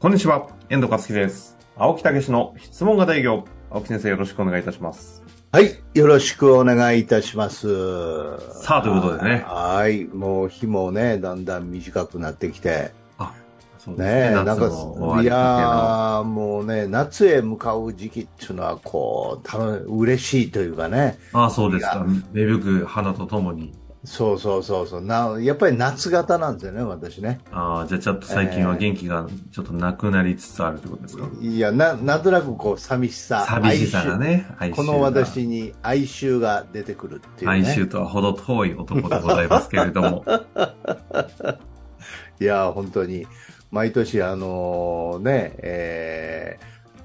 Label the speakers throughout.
Speaker 1: こんにちは、遠藤和樹です。青木武の質問型営業。青木先生よろしくお願いいたします。
Speaker 2: はい。よろしくお願いいたします。
Speaker 1: さあということでね
Speaker 2: はい。もう日もね、だんだん短くなってきて。
Speaker 1: そう
Speaker 2: ねえ、なん
Speaker 1: 夏
Speaker 2: か
Speaker 1: の終わ、
Speaker 2: い
Speaker 1: りか
Speaker 2: やーもうね、夏へ向かう時期っていうのは、こう、たの嬉しいというかね。
Speaker 1: けのああ、そうですか。芽吹く花とともに。
Speaker 2: そうそうそうそう。な、やっぱり夏型なんですよね、私ね。
Speaker 1: ああ、じゃあちょっと最近は元気がちょっとなくなりつつあるってことですか。
Speaker 2: いや、な、なんとなくこう、寂しさ。
Speaker 1: 寂しさがね、哀
Speaker 2: 哀愁。
Speaker 1: 愁
Speaker 2: この
Speaker 1: が
Speaker 2: 私に哀愁が出てくるっていう
Speaker 1: 哀
Speaker 2: ね。
Speaker 1: 愁とはほど遠い男でございますけれど も。
Speaker 2: いやー、本当に、毎年、あのーね、え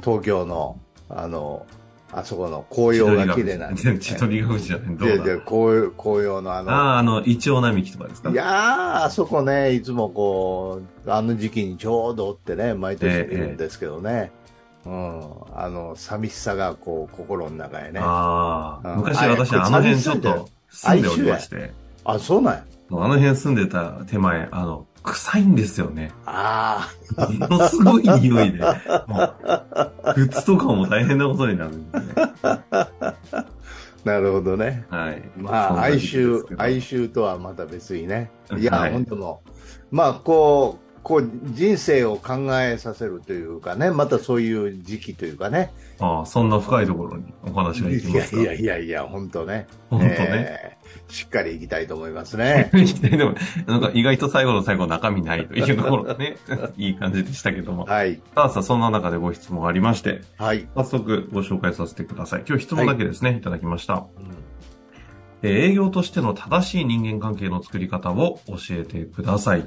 Speaker 2: ー東京の、あのーあそこの紅葉が綺麗な。
Speaker 1: 千鳥ヶ淵じゃない。どう
Speaker 2: で、
Speaker 1: だ
Speaker 2: で、紅紅葉のあ
Speaker 1: あ
Speaker 2: の、
Speaker 1: あ、あの、イチョウ並木とかですか
Speaker 2: いやー、あそこね、いつもこう、あの時期にちょうどおってね、毎年見るんですけどね、うん、あの、寂しさがこう、心の中へね。あ
Speaker 1: ああ、
Speaker 2: うん
Speaker 1: 昔
Speaker 2: あ
Speaker 1: 私
Speaker 2: これ
Speaker 1: あの辺
Speaker 2: 寂し
Speaker 1: ちょ
Speaker 2: い
Speaker 1: っ
Speaker 2: んだよ
Speaker 1: と住んでおりまして、
Speaker 2: そうなんや。
Speaker 1: もうあの辺住んでた手前、あの、臭いんですよね。
Speaker 2: あ
Speaker 1: ものすごい匂いで、もう、靴とかも大変なことになるんでね。
Speaker 2: ー、なるほどね。
Speaker 1: はい。
Speaker 2: ま
Speaker 1: そん
Speaker 2: あ、
Speaker 1: な
Speaker 2: 哀
Speaker 1: 時期ですけ
Speaker 2: 愁、
Speaker 1: ど
Speaker 2: 哀愁とはまた別にね。い
Speaker 1: は
Speaker 2: や、
Speaker 1: い
Speaker 2: 本当もう、まあ、こう、こう、人生を考えさせるというかね、またそういう時期というかね。
Speaker 1: ああ、そんな深いところにお話がいき
Speaker 2: い
Speaker 1: ま
Speaker 2: や
Speaker 1: すか。
Speaker 2: いやいやいや、本当ね。
Speaker 1: 本当ね。。
Speaker 2: えーしっかりいきたいと思いますね
Speaker 1: でも、なんか意外と最後の最後中身ないというところがね、 いい感じでしたけども。
Speaker 2: はい。
Speaker 1: さあさあ、そんな中でご質問がありまして、
Speaker 2: はい。
Speaker 1: 早速ご紹介させてください。今日質問だけですね、い、ただきました。
Speaker 2: うん
Speaker 1: えー営業としての正しい人間関係の作り方を教えてください。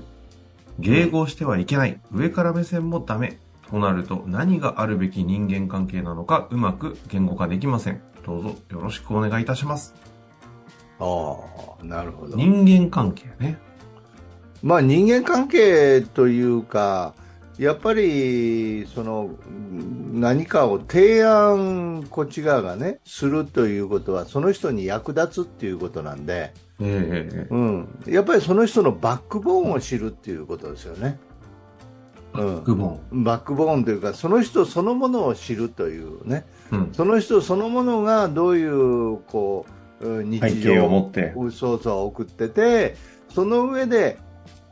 Speaker 1: 迎合してはいけない。上から目線もダメ。となると何があるべき人間関係なのかうまく言語化できません。どうぞよろしくお願いいたします。
Speaker 2: ああ、なるほど。
Speaker 1: 人間関係ね。
Speaker 2: まあ人間関係というか、やっぱり、その、うん何かを提案、こっち側がね、するということは、その人に役立つっていうことなんで、
Speaker 1: ええええ
Speaker 2: うん。やっぱりその人のバックボーンを知るっていうことですよね。う
Speaker 1: グボン。
Speaker 2: ん。バックボーンというか、その人そのものを知るというね、
Speaker 1: うん。
Speaker 2: その人そのものがどういう、こううん、日常
Speaker 1: 背景を持って。
Speaker 2: そうそう送っててその上で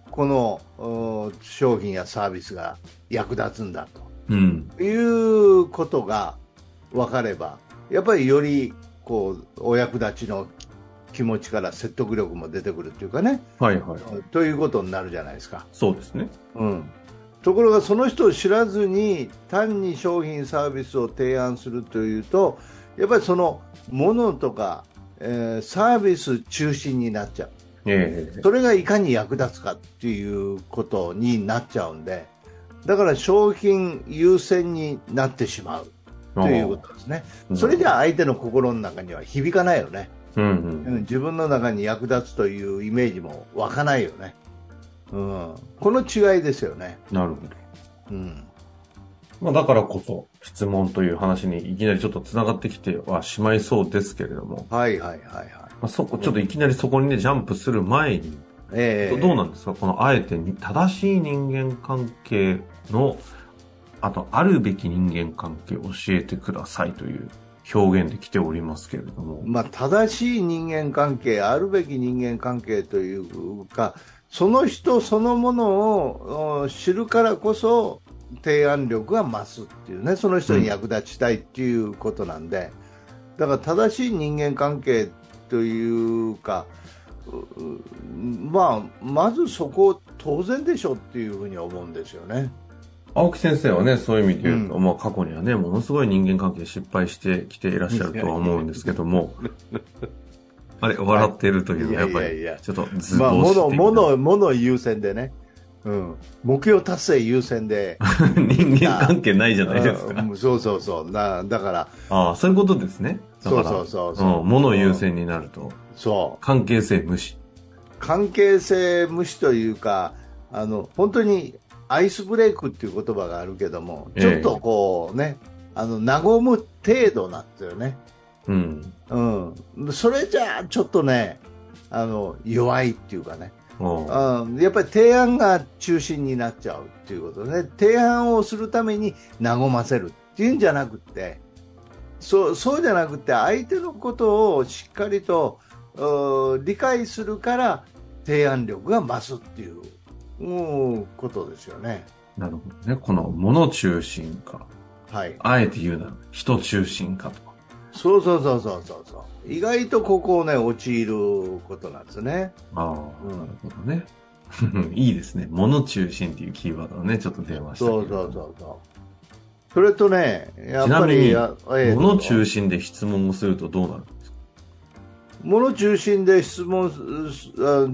Speaker 2: このうん商品やサービスが役立つんだ
Speaker 1: うん。
Speaker 2: ということが分かればやっぱりよりこうお役立ちの気持ちから説得力も出てくるというかね
Speaker 1: はいはいはい。
Speaker 2: ということになるじゃないですか。
Speaker 1: そうですね。
Speaker 2: うん、ところがその人を知らずに単に商品サービスを提案するというとやっぱりそのものとか、えーサービス中心になっちゃう
Speaker 1: ええ
Speaker 2: それがいかに役立つかっていうことになっちゃうんでだから商品優先になってしまうということですねそれじ
Speaker 1: ゃ
Speaker 2: ゃ相手の心の中には響かないよね、
Speaker 1: うん
Speaker 2: う
Speaker 1: うんん。
Speaker 2: 自分の中に役立つというイメージも湧かないよね、うん、この違いですよね、
Speaker 1: なるほど。
Speaker 2: うん
Speaker 1: まあだからこそ、質問という話にいきなりちょっと繋がってきてはしまいそうですけれども、
Speaker 2: はいはいはいはい。
Speaker 1: まあ、そこ、ちょっといきなりそこにね、ジャンプする前に、
Speaker 2: え
Speaker 1: どどうなんですかこのあえてに正しい人間関係の、あと、あるべき人間関係教えてくださいという表現で来ておりますけれども、
Speaker 2: まあ、正しい人間関係、あるべき人間関係というか、その人そのものをうん知るからこそ、提案力が増すっていうね、その人に役立ちたいっていうことなんで、だから正しい人間関係というか、ううまあ、まずそこ当然でしょっていうふうに思うんですよね。
Speaker 1: 青木先生はね、そういう意味で言うと、
Speaker 2: う
Speaker 1: まあ過去にはね、ものすごい人間関係失敗してきていらっしゃるとは思うんですけども、 あれ、笑ってるというのはやっぱ
Speaker 2: いやいやい
Speaker 1: り
Speaker 2: や、
Speaker 1: ちょっと図
Speaker 2: まあ、
Speaker 1: 星
Speaker 2: もの、
Speaker 1: 的な
Speaker 2: もの、もの優先でね。うん。目標達成優先で。
Speaker 1: 人間関係ないじゃないです
Speaker 2: う
Speaker 1: か。
Speaker 2: んそうそうそう。だだから、
Speaker 1: ああ、そういうことですね。だか
Speaker 2: そう
Speaker 1: ら、
Speaker 2: そうそうそう。
Speaker 1: ん、物優先になると、
Speaker 2: そう。
Speaker 1: 関係性無視。
Speaker 2: 関係性無視というか、あの、本当にアイスブレイクっていう言葉があるけども、
Speaker 1: ええ
Speaker 2: ちょっとこうね、あの、和む程度なんですよね。
Speaker 1: うん。
Speaker 2: うん。それじゃあ、ちょっとね、あの、弱いっていうかね。
Speaker 1: おー
Speaker 2: うん、やっぱり提案が中心になっちゃうっていうことね提案をするために和ませるっていうんじゃなくってそうそうじゃなくて相手のことをしっかりとうん理解するから提案力が増すっていう、うん、ことですよね。
Speaker 1: なるほどね。この物中心か。
Speaker 2: はい、
Speaker 1: あえて言うなら人中心かと。
Speaker 2: そうそうそうそうそうそう意外とここをね陥ることなんですね。
Speaker 1: ああ、
Speaker 2: うん
Speaker 1: なるほどね。 いいですね。物中心っていうキーワードがね、ちょっと出ましたけ
Speaker 2: そ
Speaker 1: ど。
Speaker 2: うそうそうそう。それとね、やっぱり
Speaker 1: ち
Speaker 2: や
Speaker 1: な
Speaker 2: ええ
Speaker 1: 物中心で質問をするとどうなる んですか
Speaker 2: 物中心で質問すあ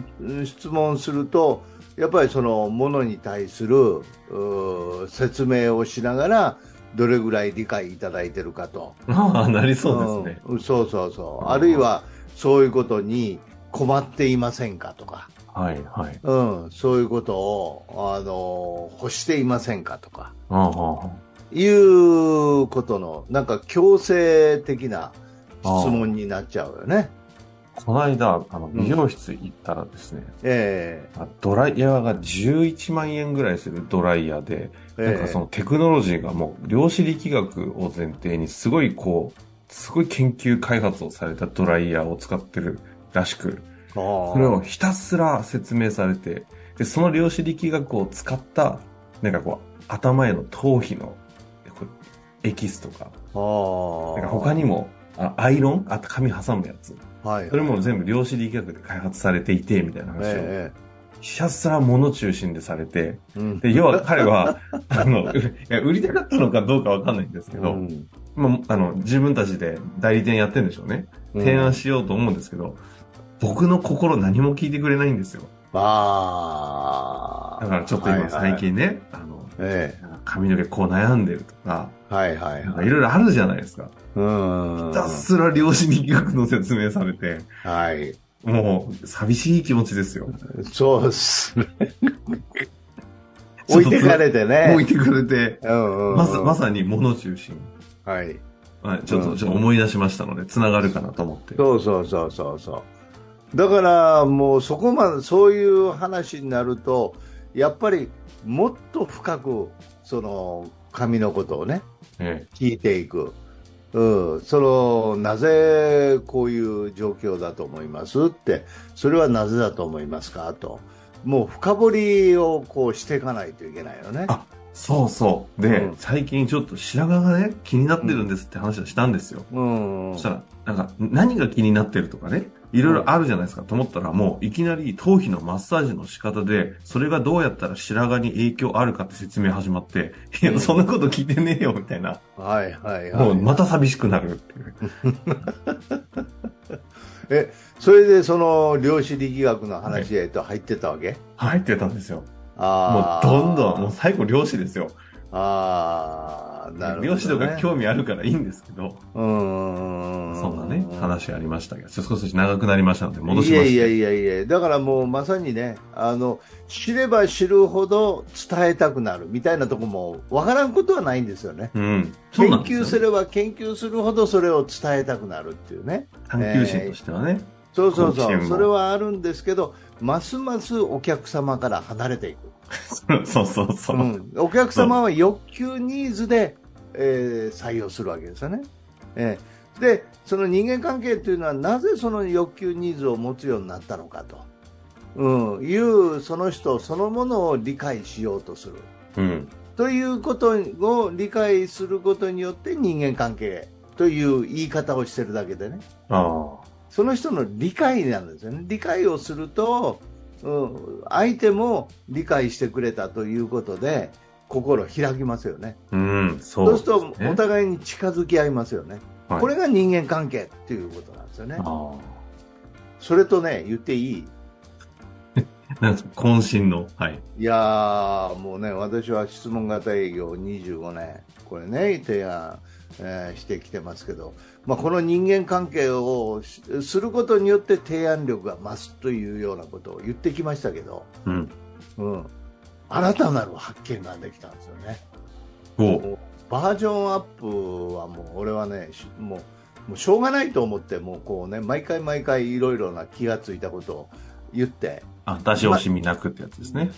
Speaker 2: 質問するとやっぱりその物に対するうー説明をしながらどれぐらい理解いただいてるかと
Speaker 1: ああ、なりそうですね。
Speaker 2: うんそうそうそう
Speaker 1: うん
Speaker 2: あるいはそういうことに困っていませんかとか、
Speaker 1: はい、はい。
Speaker 2: うん、そういうことをあの欲していませんかとか
Speaker 1: ああああ、
Speaker 2: いうことのなんか強制的な質問になっちゃうよね。
Speaker 1: この間、あの、
Speaker 2: ん
Speaker 1: 美容室行ったらですね、
Speaker 2: え
Speaker 1: あドライヤーが11万円ぐらいするドライヤーで、
Speaker 2: え
Speaker 1: なんかそのテクノロジーがもう量子力学を前提にすごいこう、すごい研究開発をされたドライヤーを使ってるらしく、
Speaker 2: そ
Speaker 1: それをひたすら説明されて、で、その量子力学を使った、なんかこう、頭への頭皮の、こうエキスとか、
Speaker 2: ああ。
Speaker 1: なんか他にも、あアイロンあと髪挟むやつ。
Speaker 2: はい。
Speaker 1: それも全部量子力学で開発されていて、みたいな話を、
Speaker 2: え
Speaker 1: ひたすら物中心でされて、
Speaker 2: え。うん。
Speaker 1: で、 要は彼は、あの、ういや売りたかったのかどうかわかんないんですけど、
Speaker 2: うん
Speaker 1: まあ、あの、自分たちで代理店やってんでしょうね。提案
Speaker 2: し。
Speaker 1: しようと思うんですけど、僕の心何も聞いてくれないんですよ。
Speaker 2: ああ。
Speaker 1: だからちょっと今最。近ね、あの、
Speaker 2: え
Speaker 1: なんか髪の毛こう悩んでるとか、
Speaker 2: え。はいはい
Speaker 1: なんか
Speaker 2: はいい。
Speaker 1: ろいろあるじゃないですか。
Speaker 2: うん。
Speaker 1: ひたすら量子力学の説明されて、
Speaker 2: はい。
Speaker 1: もう寂しい気持ちですよ。
Speaker 2: そうっすね。置いてかれてね。
Speaker 1: 置いてくれて、
Speaker 2: うんうんうん。
Speaker 1: まさまさに物中心。
Speaker 2: はい。
Speaker 1: はい、ちょっ
Speaker 2: うん
Speaker 1: と、ちょっと思い出しましたので、繋がるかなと思って。
Speaker 2: そうそうそうそうそう。だからもうそこまでそういう話になるとやっぱりもっと深くその紙のことをね
Speaker 1: え
Speaker 2: 聞いていく、うん、そのなぜこういう状況だと思いますってそれはなぜだと思いますかともう深掘りをこうしていかないといけないよね。
Speaker 1: あえそうそう。で、
Speaker 2: うん
Speaker 1: 最近ちょっと白髪がね、気になってるんですって話をしたんですよ。
Speaker 2: うん
Speaker 1: そしたら、なんか、何が気になってるとかね、いろいろあるじゃないですかと思ったら、もういきなり頭皮のマッサージの仕方で、それがどうやったら白髪に影響あるかって説明始まって、い
Speaker 2: うん
Speaker 1: や、そんなこと聞いてねえよ、みたいな。
Speaker 2: はいはいはい。
Speaker 1: もうまた寂しくなるっていう。
Speaker 2: それでその量子力学の話へと入ってったわけ、
Speaker 1: 入ってたんですよ。もう
Speaker 2: あー
Speaker 1: どんどん、もう最後漁師ですよ。
Speaker 2: ああ、なるほど、ね。
Speaker 1: 漁師とか興味あるからいいんですけど、
Speaker 2: うーん。
Speaker 1: そんなね、話がありましたが、ちょっと少し長くなりましたので、戻し
Speaker 2: い
Speaker 1: ま
Speaker 2: や
Speaker 1: す。
Speaker 2: いやいやいや、だからもうまさにね、あの、知れば知るほど伝えたくなるみたいなとこも、わからんことはないんですよね。
Speaker 1: うん。そ
Speaker 2: 研
Speaker 1: うなんです
Speaker 2: 究
Speaker 1: よ
Speaker 2: すれば研究するほどそれを伝えたくなるっていうね。
Speaker 1: 探求心としてはね。
Speaker 2: そうそ
Speaker 1: 好
Speaker 2: う
Speaker 1: 奇
Speaker 2: そ
Speaker 1: 心
Speaker 2: う。
Speaker 1: も
Speaker 2: それはあるんですけど、ますますお客様から離れていく。
Speaker 1: そうそうそう。
Speaker 2: うん、お客様は欲求ニーズで、えー採用するわけですよね、えーでその人間関係というのはなぜその欲求ニーズを持つようになったのかと、うん、いうその人そのものを理解しようとする
Speaker 1: うん。
Speaker 2: ということを理解することによって人間関係という言い方をしてるだけでね
Speaker 1: あ
Speaker 2: その人の理解なんですよね。理解をすると、うん、相手も理解してくれたということで、心開きますよね。
Speaker 1: あ。うん、そ
Speaker 2: そうう
Speaker 1: ですす
Speaker 2: る
Speaker 1: ね。
Speaker 2: と、お互いに近づき合いますよね。
Speaker 1: はい
Speaker 2: これが人間関係っていうことなんですよね。
Speaker 1: あ
Speaker 2: それとね、言っていい
Speaker 1: あ。なんか渾身の、はい。
Speaker 2: いやー、もうね、私は質問型営業25年、これね、提案、えーしてきてますけど、まあ、この人間関係をしすることによって提案力が増すというようなことを言ってきましたけど、
Speaker 1: うん。
Speaker 2: うん、新たなる発見ができたんですよね。
Speaker 1: おう
Speaker 2: もうバージョンアップはもう俺はねしもうもうしょうがないと思ってもうこうね毎回毎回いろいろな気がついたことを言って
Speaker 1: あ、出し惜しみなくってやつですね。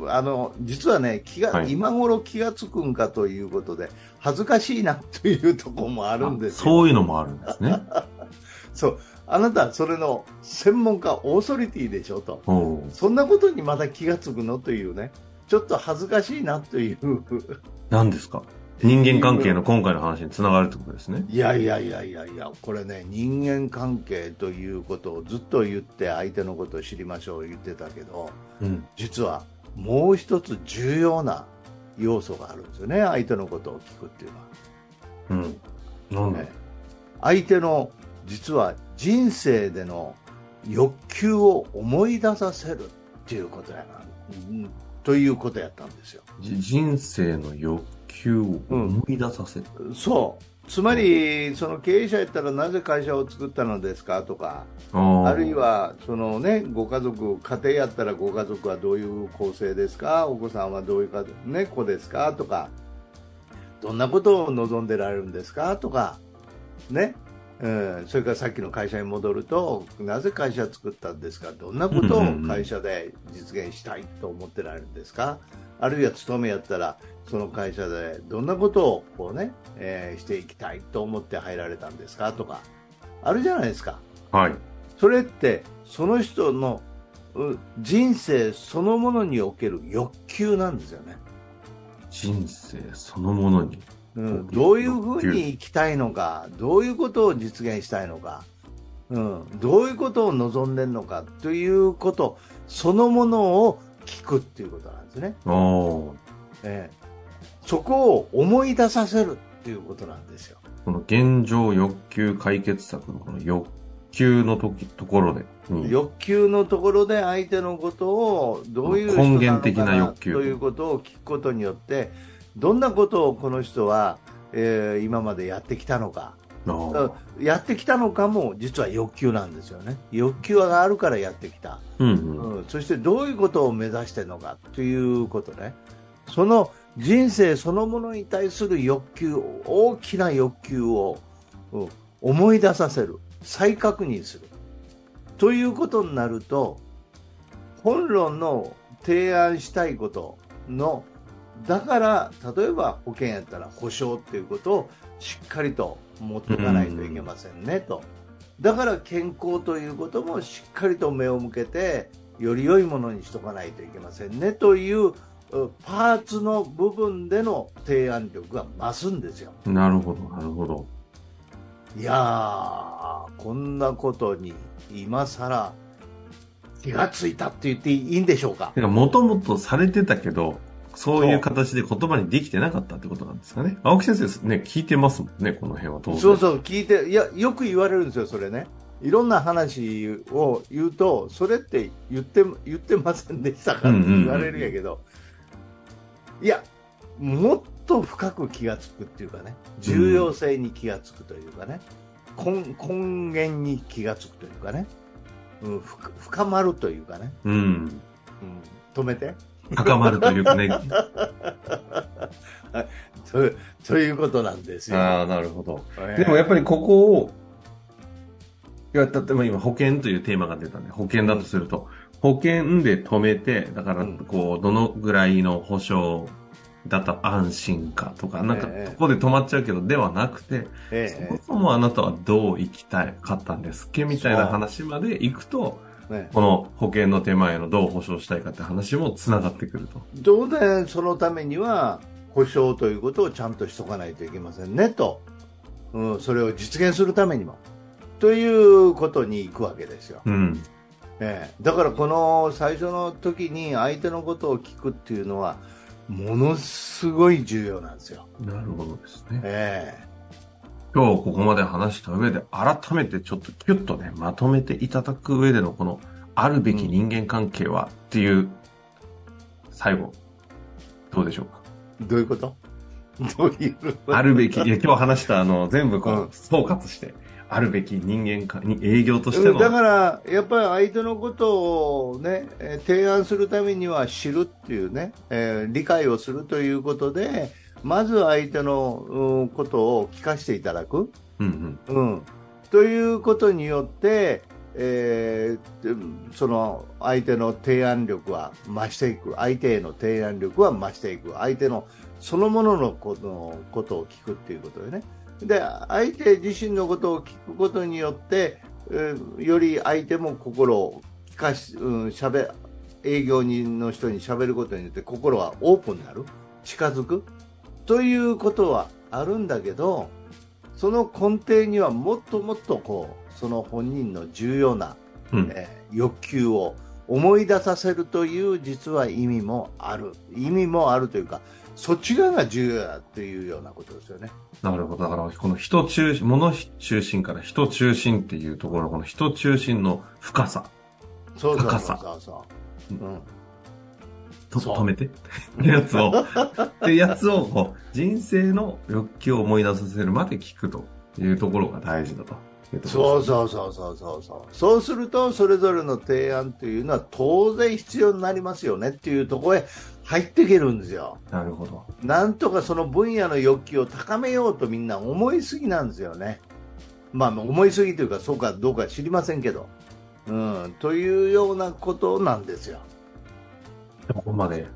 Speaker 2: うんあの実はね気が、
Speaker 1: はい
Speaker 2: 今頃気がつくんかということで恥ずかしいなというところもあるんですよ
Speaker 1: そういうのもあるんですね。
Speaker 2: そうあなたそれの専門家オーソリティでしょと
Speaker 1: おう
Speaker 2: そんなことにまた気がつくのというねちょっと恥ずかしいなという
Speaker 1: 何ですか人間関係の今回の話につながるってことですね。
Speaker 2: いやいやいやいやいやこれね人間関係ということをずっと言って相手のことを知りましょう言ってたけど
Speaker 1: うん。
Speaker 2: 実はもう一つ重要な要素があるんですよね相手のことを聞くっていうのは。
Speaker 1: うん。なんで、
Speaker 2: ね相手の実は人生での欲求を思い出させるっていうことやな、うんということやったんですよ。
Speaker 1: じ人生の欲求を思い出させる。
Speaker 2: そうつまりその経営者やったらなぜ会社を作ったのですかとか
Speaker 1: あー
Speaker 2: あるい、はその、ね、ご家族家庭やったらご家族はどういう構成ですかお子さんはどういうか、ね、子ですかとかどんなことを望んでられるんですかとか、ねうん、それからさっきの会社に戻るとなぜ会社作ったんですかどんなことを会社で実現したいと思ってられるんですかあるいは勤めやったらその会社でどんなことをこう、ねえーしていきたいと思って入られたんですかとかあるじゃないですか。
Speaker 1: はい。
Speaker 2: それってその人のう人生そのものにおける欲求なんですよね、
Speaker 1: 人生そのものに。
Speaker 2: うん、
Speaker 1: 欲求
Speaker 2: どういうふうに生きたいのかどういうことを実現したいのか、うん、どういうことを望んでるのかということそのものを聞くっていうことなんですね、
Speaker 1: ああ。
Speaker 2: ええそこを思い出させるっていうことなんですよ
Speaker 1: この現状欲求解決策のこの欲求のときところで、に
Speaker 2: 欲求のところで相手のことをどういう人
Speaker 1: 根
Speaker 2: なの
Speaker 1: 源的
Speaker 2: か
Speaker 1: な
Speaker 2: な
Speaker 1: 欲
Speaker 2: と
Speaker 1: 求
Speaker 2: いうことを聞くことによってどんなことをこの人は、えー今までやってきたのか
Speaker 1: あー
Speaker 2: やってきたのかも実は欲求なんですよね欲求があるからやってきた、
Speaker 1: うんうん。
Speaker 2: うん、そしてどういうことを目指してるのかということねその人生そのものに対する欲求大きな欲求を、うん思い出させる再確認するということになると本論の提案したいことのだから例えば保険やったら保証っていうことをしっかりと持っていかないといけませんねとだから健康ということもしっかりと目を向けてより良いものにしとかないといけませんねといううパーツの部分での提案力が増すんですよ。
Speaker 1: なるほど、なるほど。
Speaker 2: いやー、こんなことに今さら気がついたって言っていいんでしょうか。
Speaker 1: てか、もともとされてたけど、そういう形で言葉にできてなかったってことなんですかね。青木先生、ね、聞いてますもんね、この辺は当然。
Speaker 2: そうそう、聞いて、いや、よく言われるんですよ、それね。いろんな話を言うと、それって言って言ってませんでしたか
Speaker 1: う
Speaker 2: っ
Speaker 1: んう
Speaker 2: て
Speaker 1: んうん
Speaker 2: 言われるんやけど、いや、もっと深く気がつくっていうかね、重要性に気がつくというかね、根根源に気がつくというかね、うん、ふく深まるというかね、
Speaker 1: うん。
Speaker 2: うん、止めて。
Speaker 1: 高まるというか ね。
Speaker 2: とということなんですよ。
Speaker 1: ああ、なるほど。
Speaker 2: ええ
Speaker 1: でもやっぱりここを、いや、例えば今保険というテーマが出たんで、保険だとすると、保険で止めて、だから
Speaker 2: うん
Speaker 1: こう、どのぐらいの保証だったら安心かとか、なんか
Speaker 2: ええ
Speaker 1: ここで止まっちゃうけど、ではなくて、そ
Speaker 2: え
Speaker 1: もそもあなたはどう生きたかったんですっけみたいな話まで行くと、
Speaker 2: えね
Speaker 1: この保険の手前のどう保証したいかって話も繋がってくると。
Speaker 2: 当然そのためには保証ということをちゃんとしとかないといけませんねと、うん、それを実現するためにもということに行くわけですよ、
Speaker 1: うん。
Speaker 2: ええだからこの最初の時に相手のことを聞くっていうのはものすごい重要なんですよ、
Speaker 1: なるほどですね。
Speaker 2: ええ
Speaker 1: 今日ここまで話した上で、改めてちょっとキュッとね、まとめていただく上でのこの、あるべき人間関係はっていう、最後、どうでしょうか。
Speaker 2: どういうことどういう
Speaker 1: ある べき、いや、今日話したあの、全部こ
Speaker 2: う、
Speaker 1: うん総括して、あるべき人間か、に営業として
Speaker 2: うんだ
Speaker 1: の、
Speaker 2: からやっぱり相手のことを、ね、えー提案するためには知るっていうね、えー理解をするということでまず相手のうんことを聞かせていただく、
Speaker 1: うんうん。
Speaker 2: うん、ということによってえーその相手の提案力は増していく相手への提案力は増していく相手のそのもののことのことを聞くっていうことでねで相手自身のことを聞くことによって、えーより相手も心を聞かし、うん、しゃべ営業人の人にしゃべることによって心はオープンになる近づくということはあるんだけどその根底にはもっともっとこうその本人の重要な、
Speaker 1: うん
Speaker 2: えー欲求を思い出させるという実は意味もある意味もあるというかそっち側が重要だというようなことですよね。
Speaker 1: なるほど。だから、この人中心、物中心から人中心っていうところ、この人中心の深さ、
Speaker 2: そうそう
Speaker 1: 高
Speaker 2: そう
Speaker 1: さ
Speaker 2: そうそう、うん
Speaker 1: と
Speaker 2: そう
Speaker 1: 止めて ってやつを、ってやつをこう、人生の欲求を思い出させるまで聞くというところが大事だというとこ
Speaker 2: そ
Speaker 1: ろ
Speaker 2: う
Speaker 1: ですね。
Speaker 2: そうそうそうそうそうそうするとそれぞれの提案というのは当然必要になりますよねっていうところへ入っていけるんですよ
Speaker 1: なるほど。
Speaker 2: なんとかその分野の欲求を高めようとみんな思いすぎなんですよねまあ思いすぎというかそうかどうか知りませんけどうんというようなことなんですよ
Speaker 1: ここまで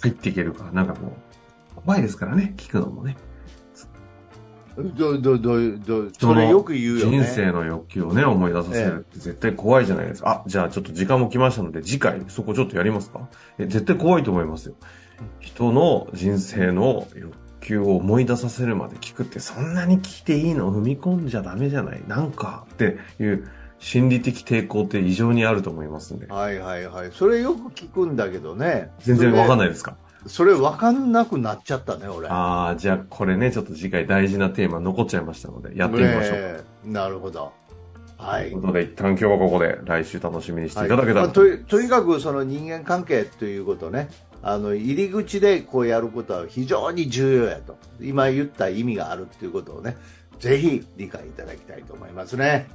Speaker 1: 入っていけるから、なんかもう、怖いですからね、聞くのもね。
Speaker 2: どどどどそれよく言うよね
Speaker 1: 人生の欲求をね、思い出させるって絶対怖いじゃないですか。あ、じゃあちょっと時間も来ましたので、次回そこちょっとやりますかえ、絶対怖いと思いますよ。人の人生の欲求を思い出させるまで聞くって、そんなに聞いていいの踏み込んじゃダメじゃないなんかっていう心理的抵抗って異常にあると思いますんで。
Speaker 2: はいはいはいそれよく聞くんだけどね
Speaker 1: 全然わかん
Speaker 2: い
Speaker 1: ないですか
Speaker 2: それ分かんなくなっちゃったね俺
Speaker 1: ああ、じゃあこれね、ちょっと次回大事なテーマ残っちゃいましたので、やってみましょう。
Speaker 2: ねえなるほど。は
Speaker 1: と
Speaker 2: い
Speaker 1: いう。ことで、一旦今日はここで、来週楽しみにしていただけた
Speaker 2: ま
Speaker 1: ら
Speaker 2: あ
Speaker 1: と
Speaker 2: といとにかくその人間関係ということね、あの入り口でこうやることは非常に重要やと、今言った意味があるということをね、ぜひ理解いただきたいと思いますね。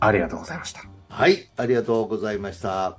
Speaker 1: ありがとうございました。
Speaker 2: はい、ありがとうございました。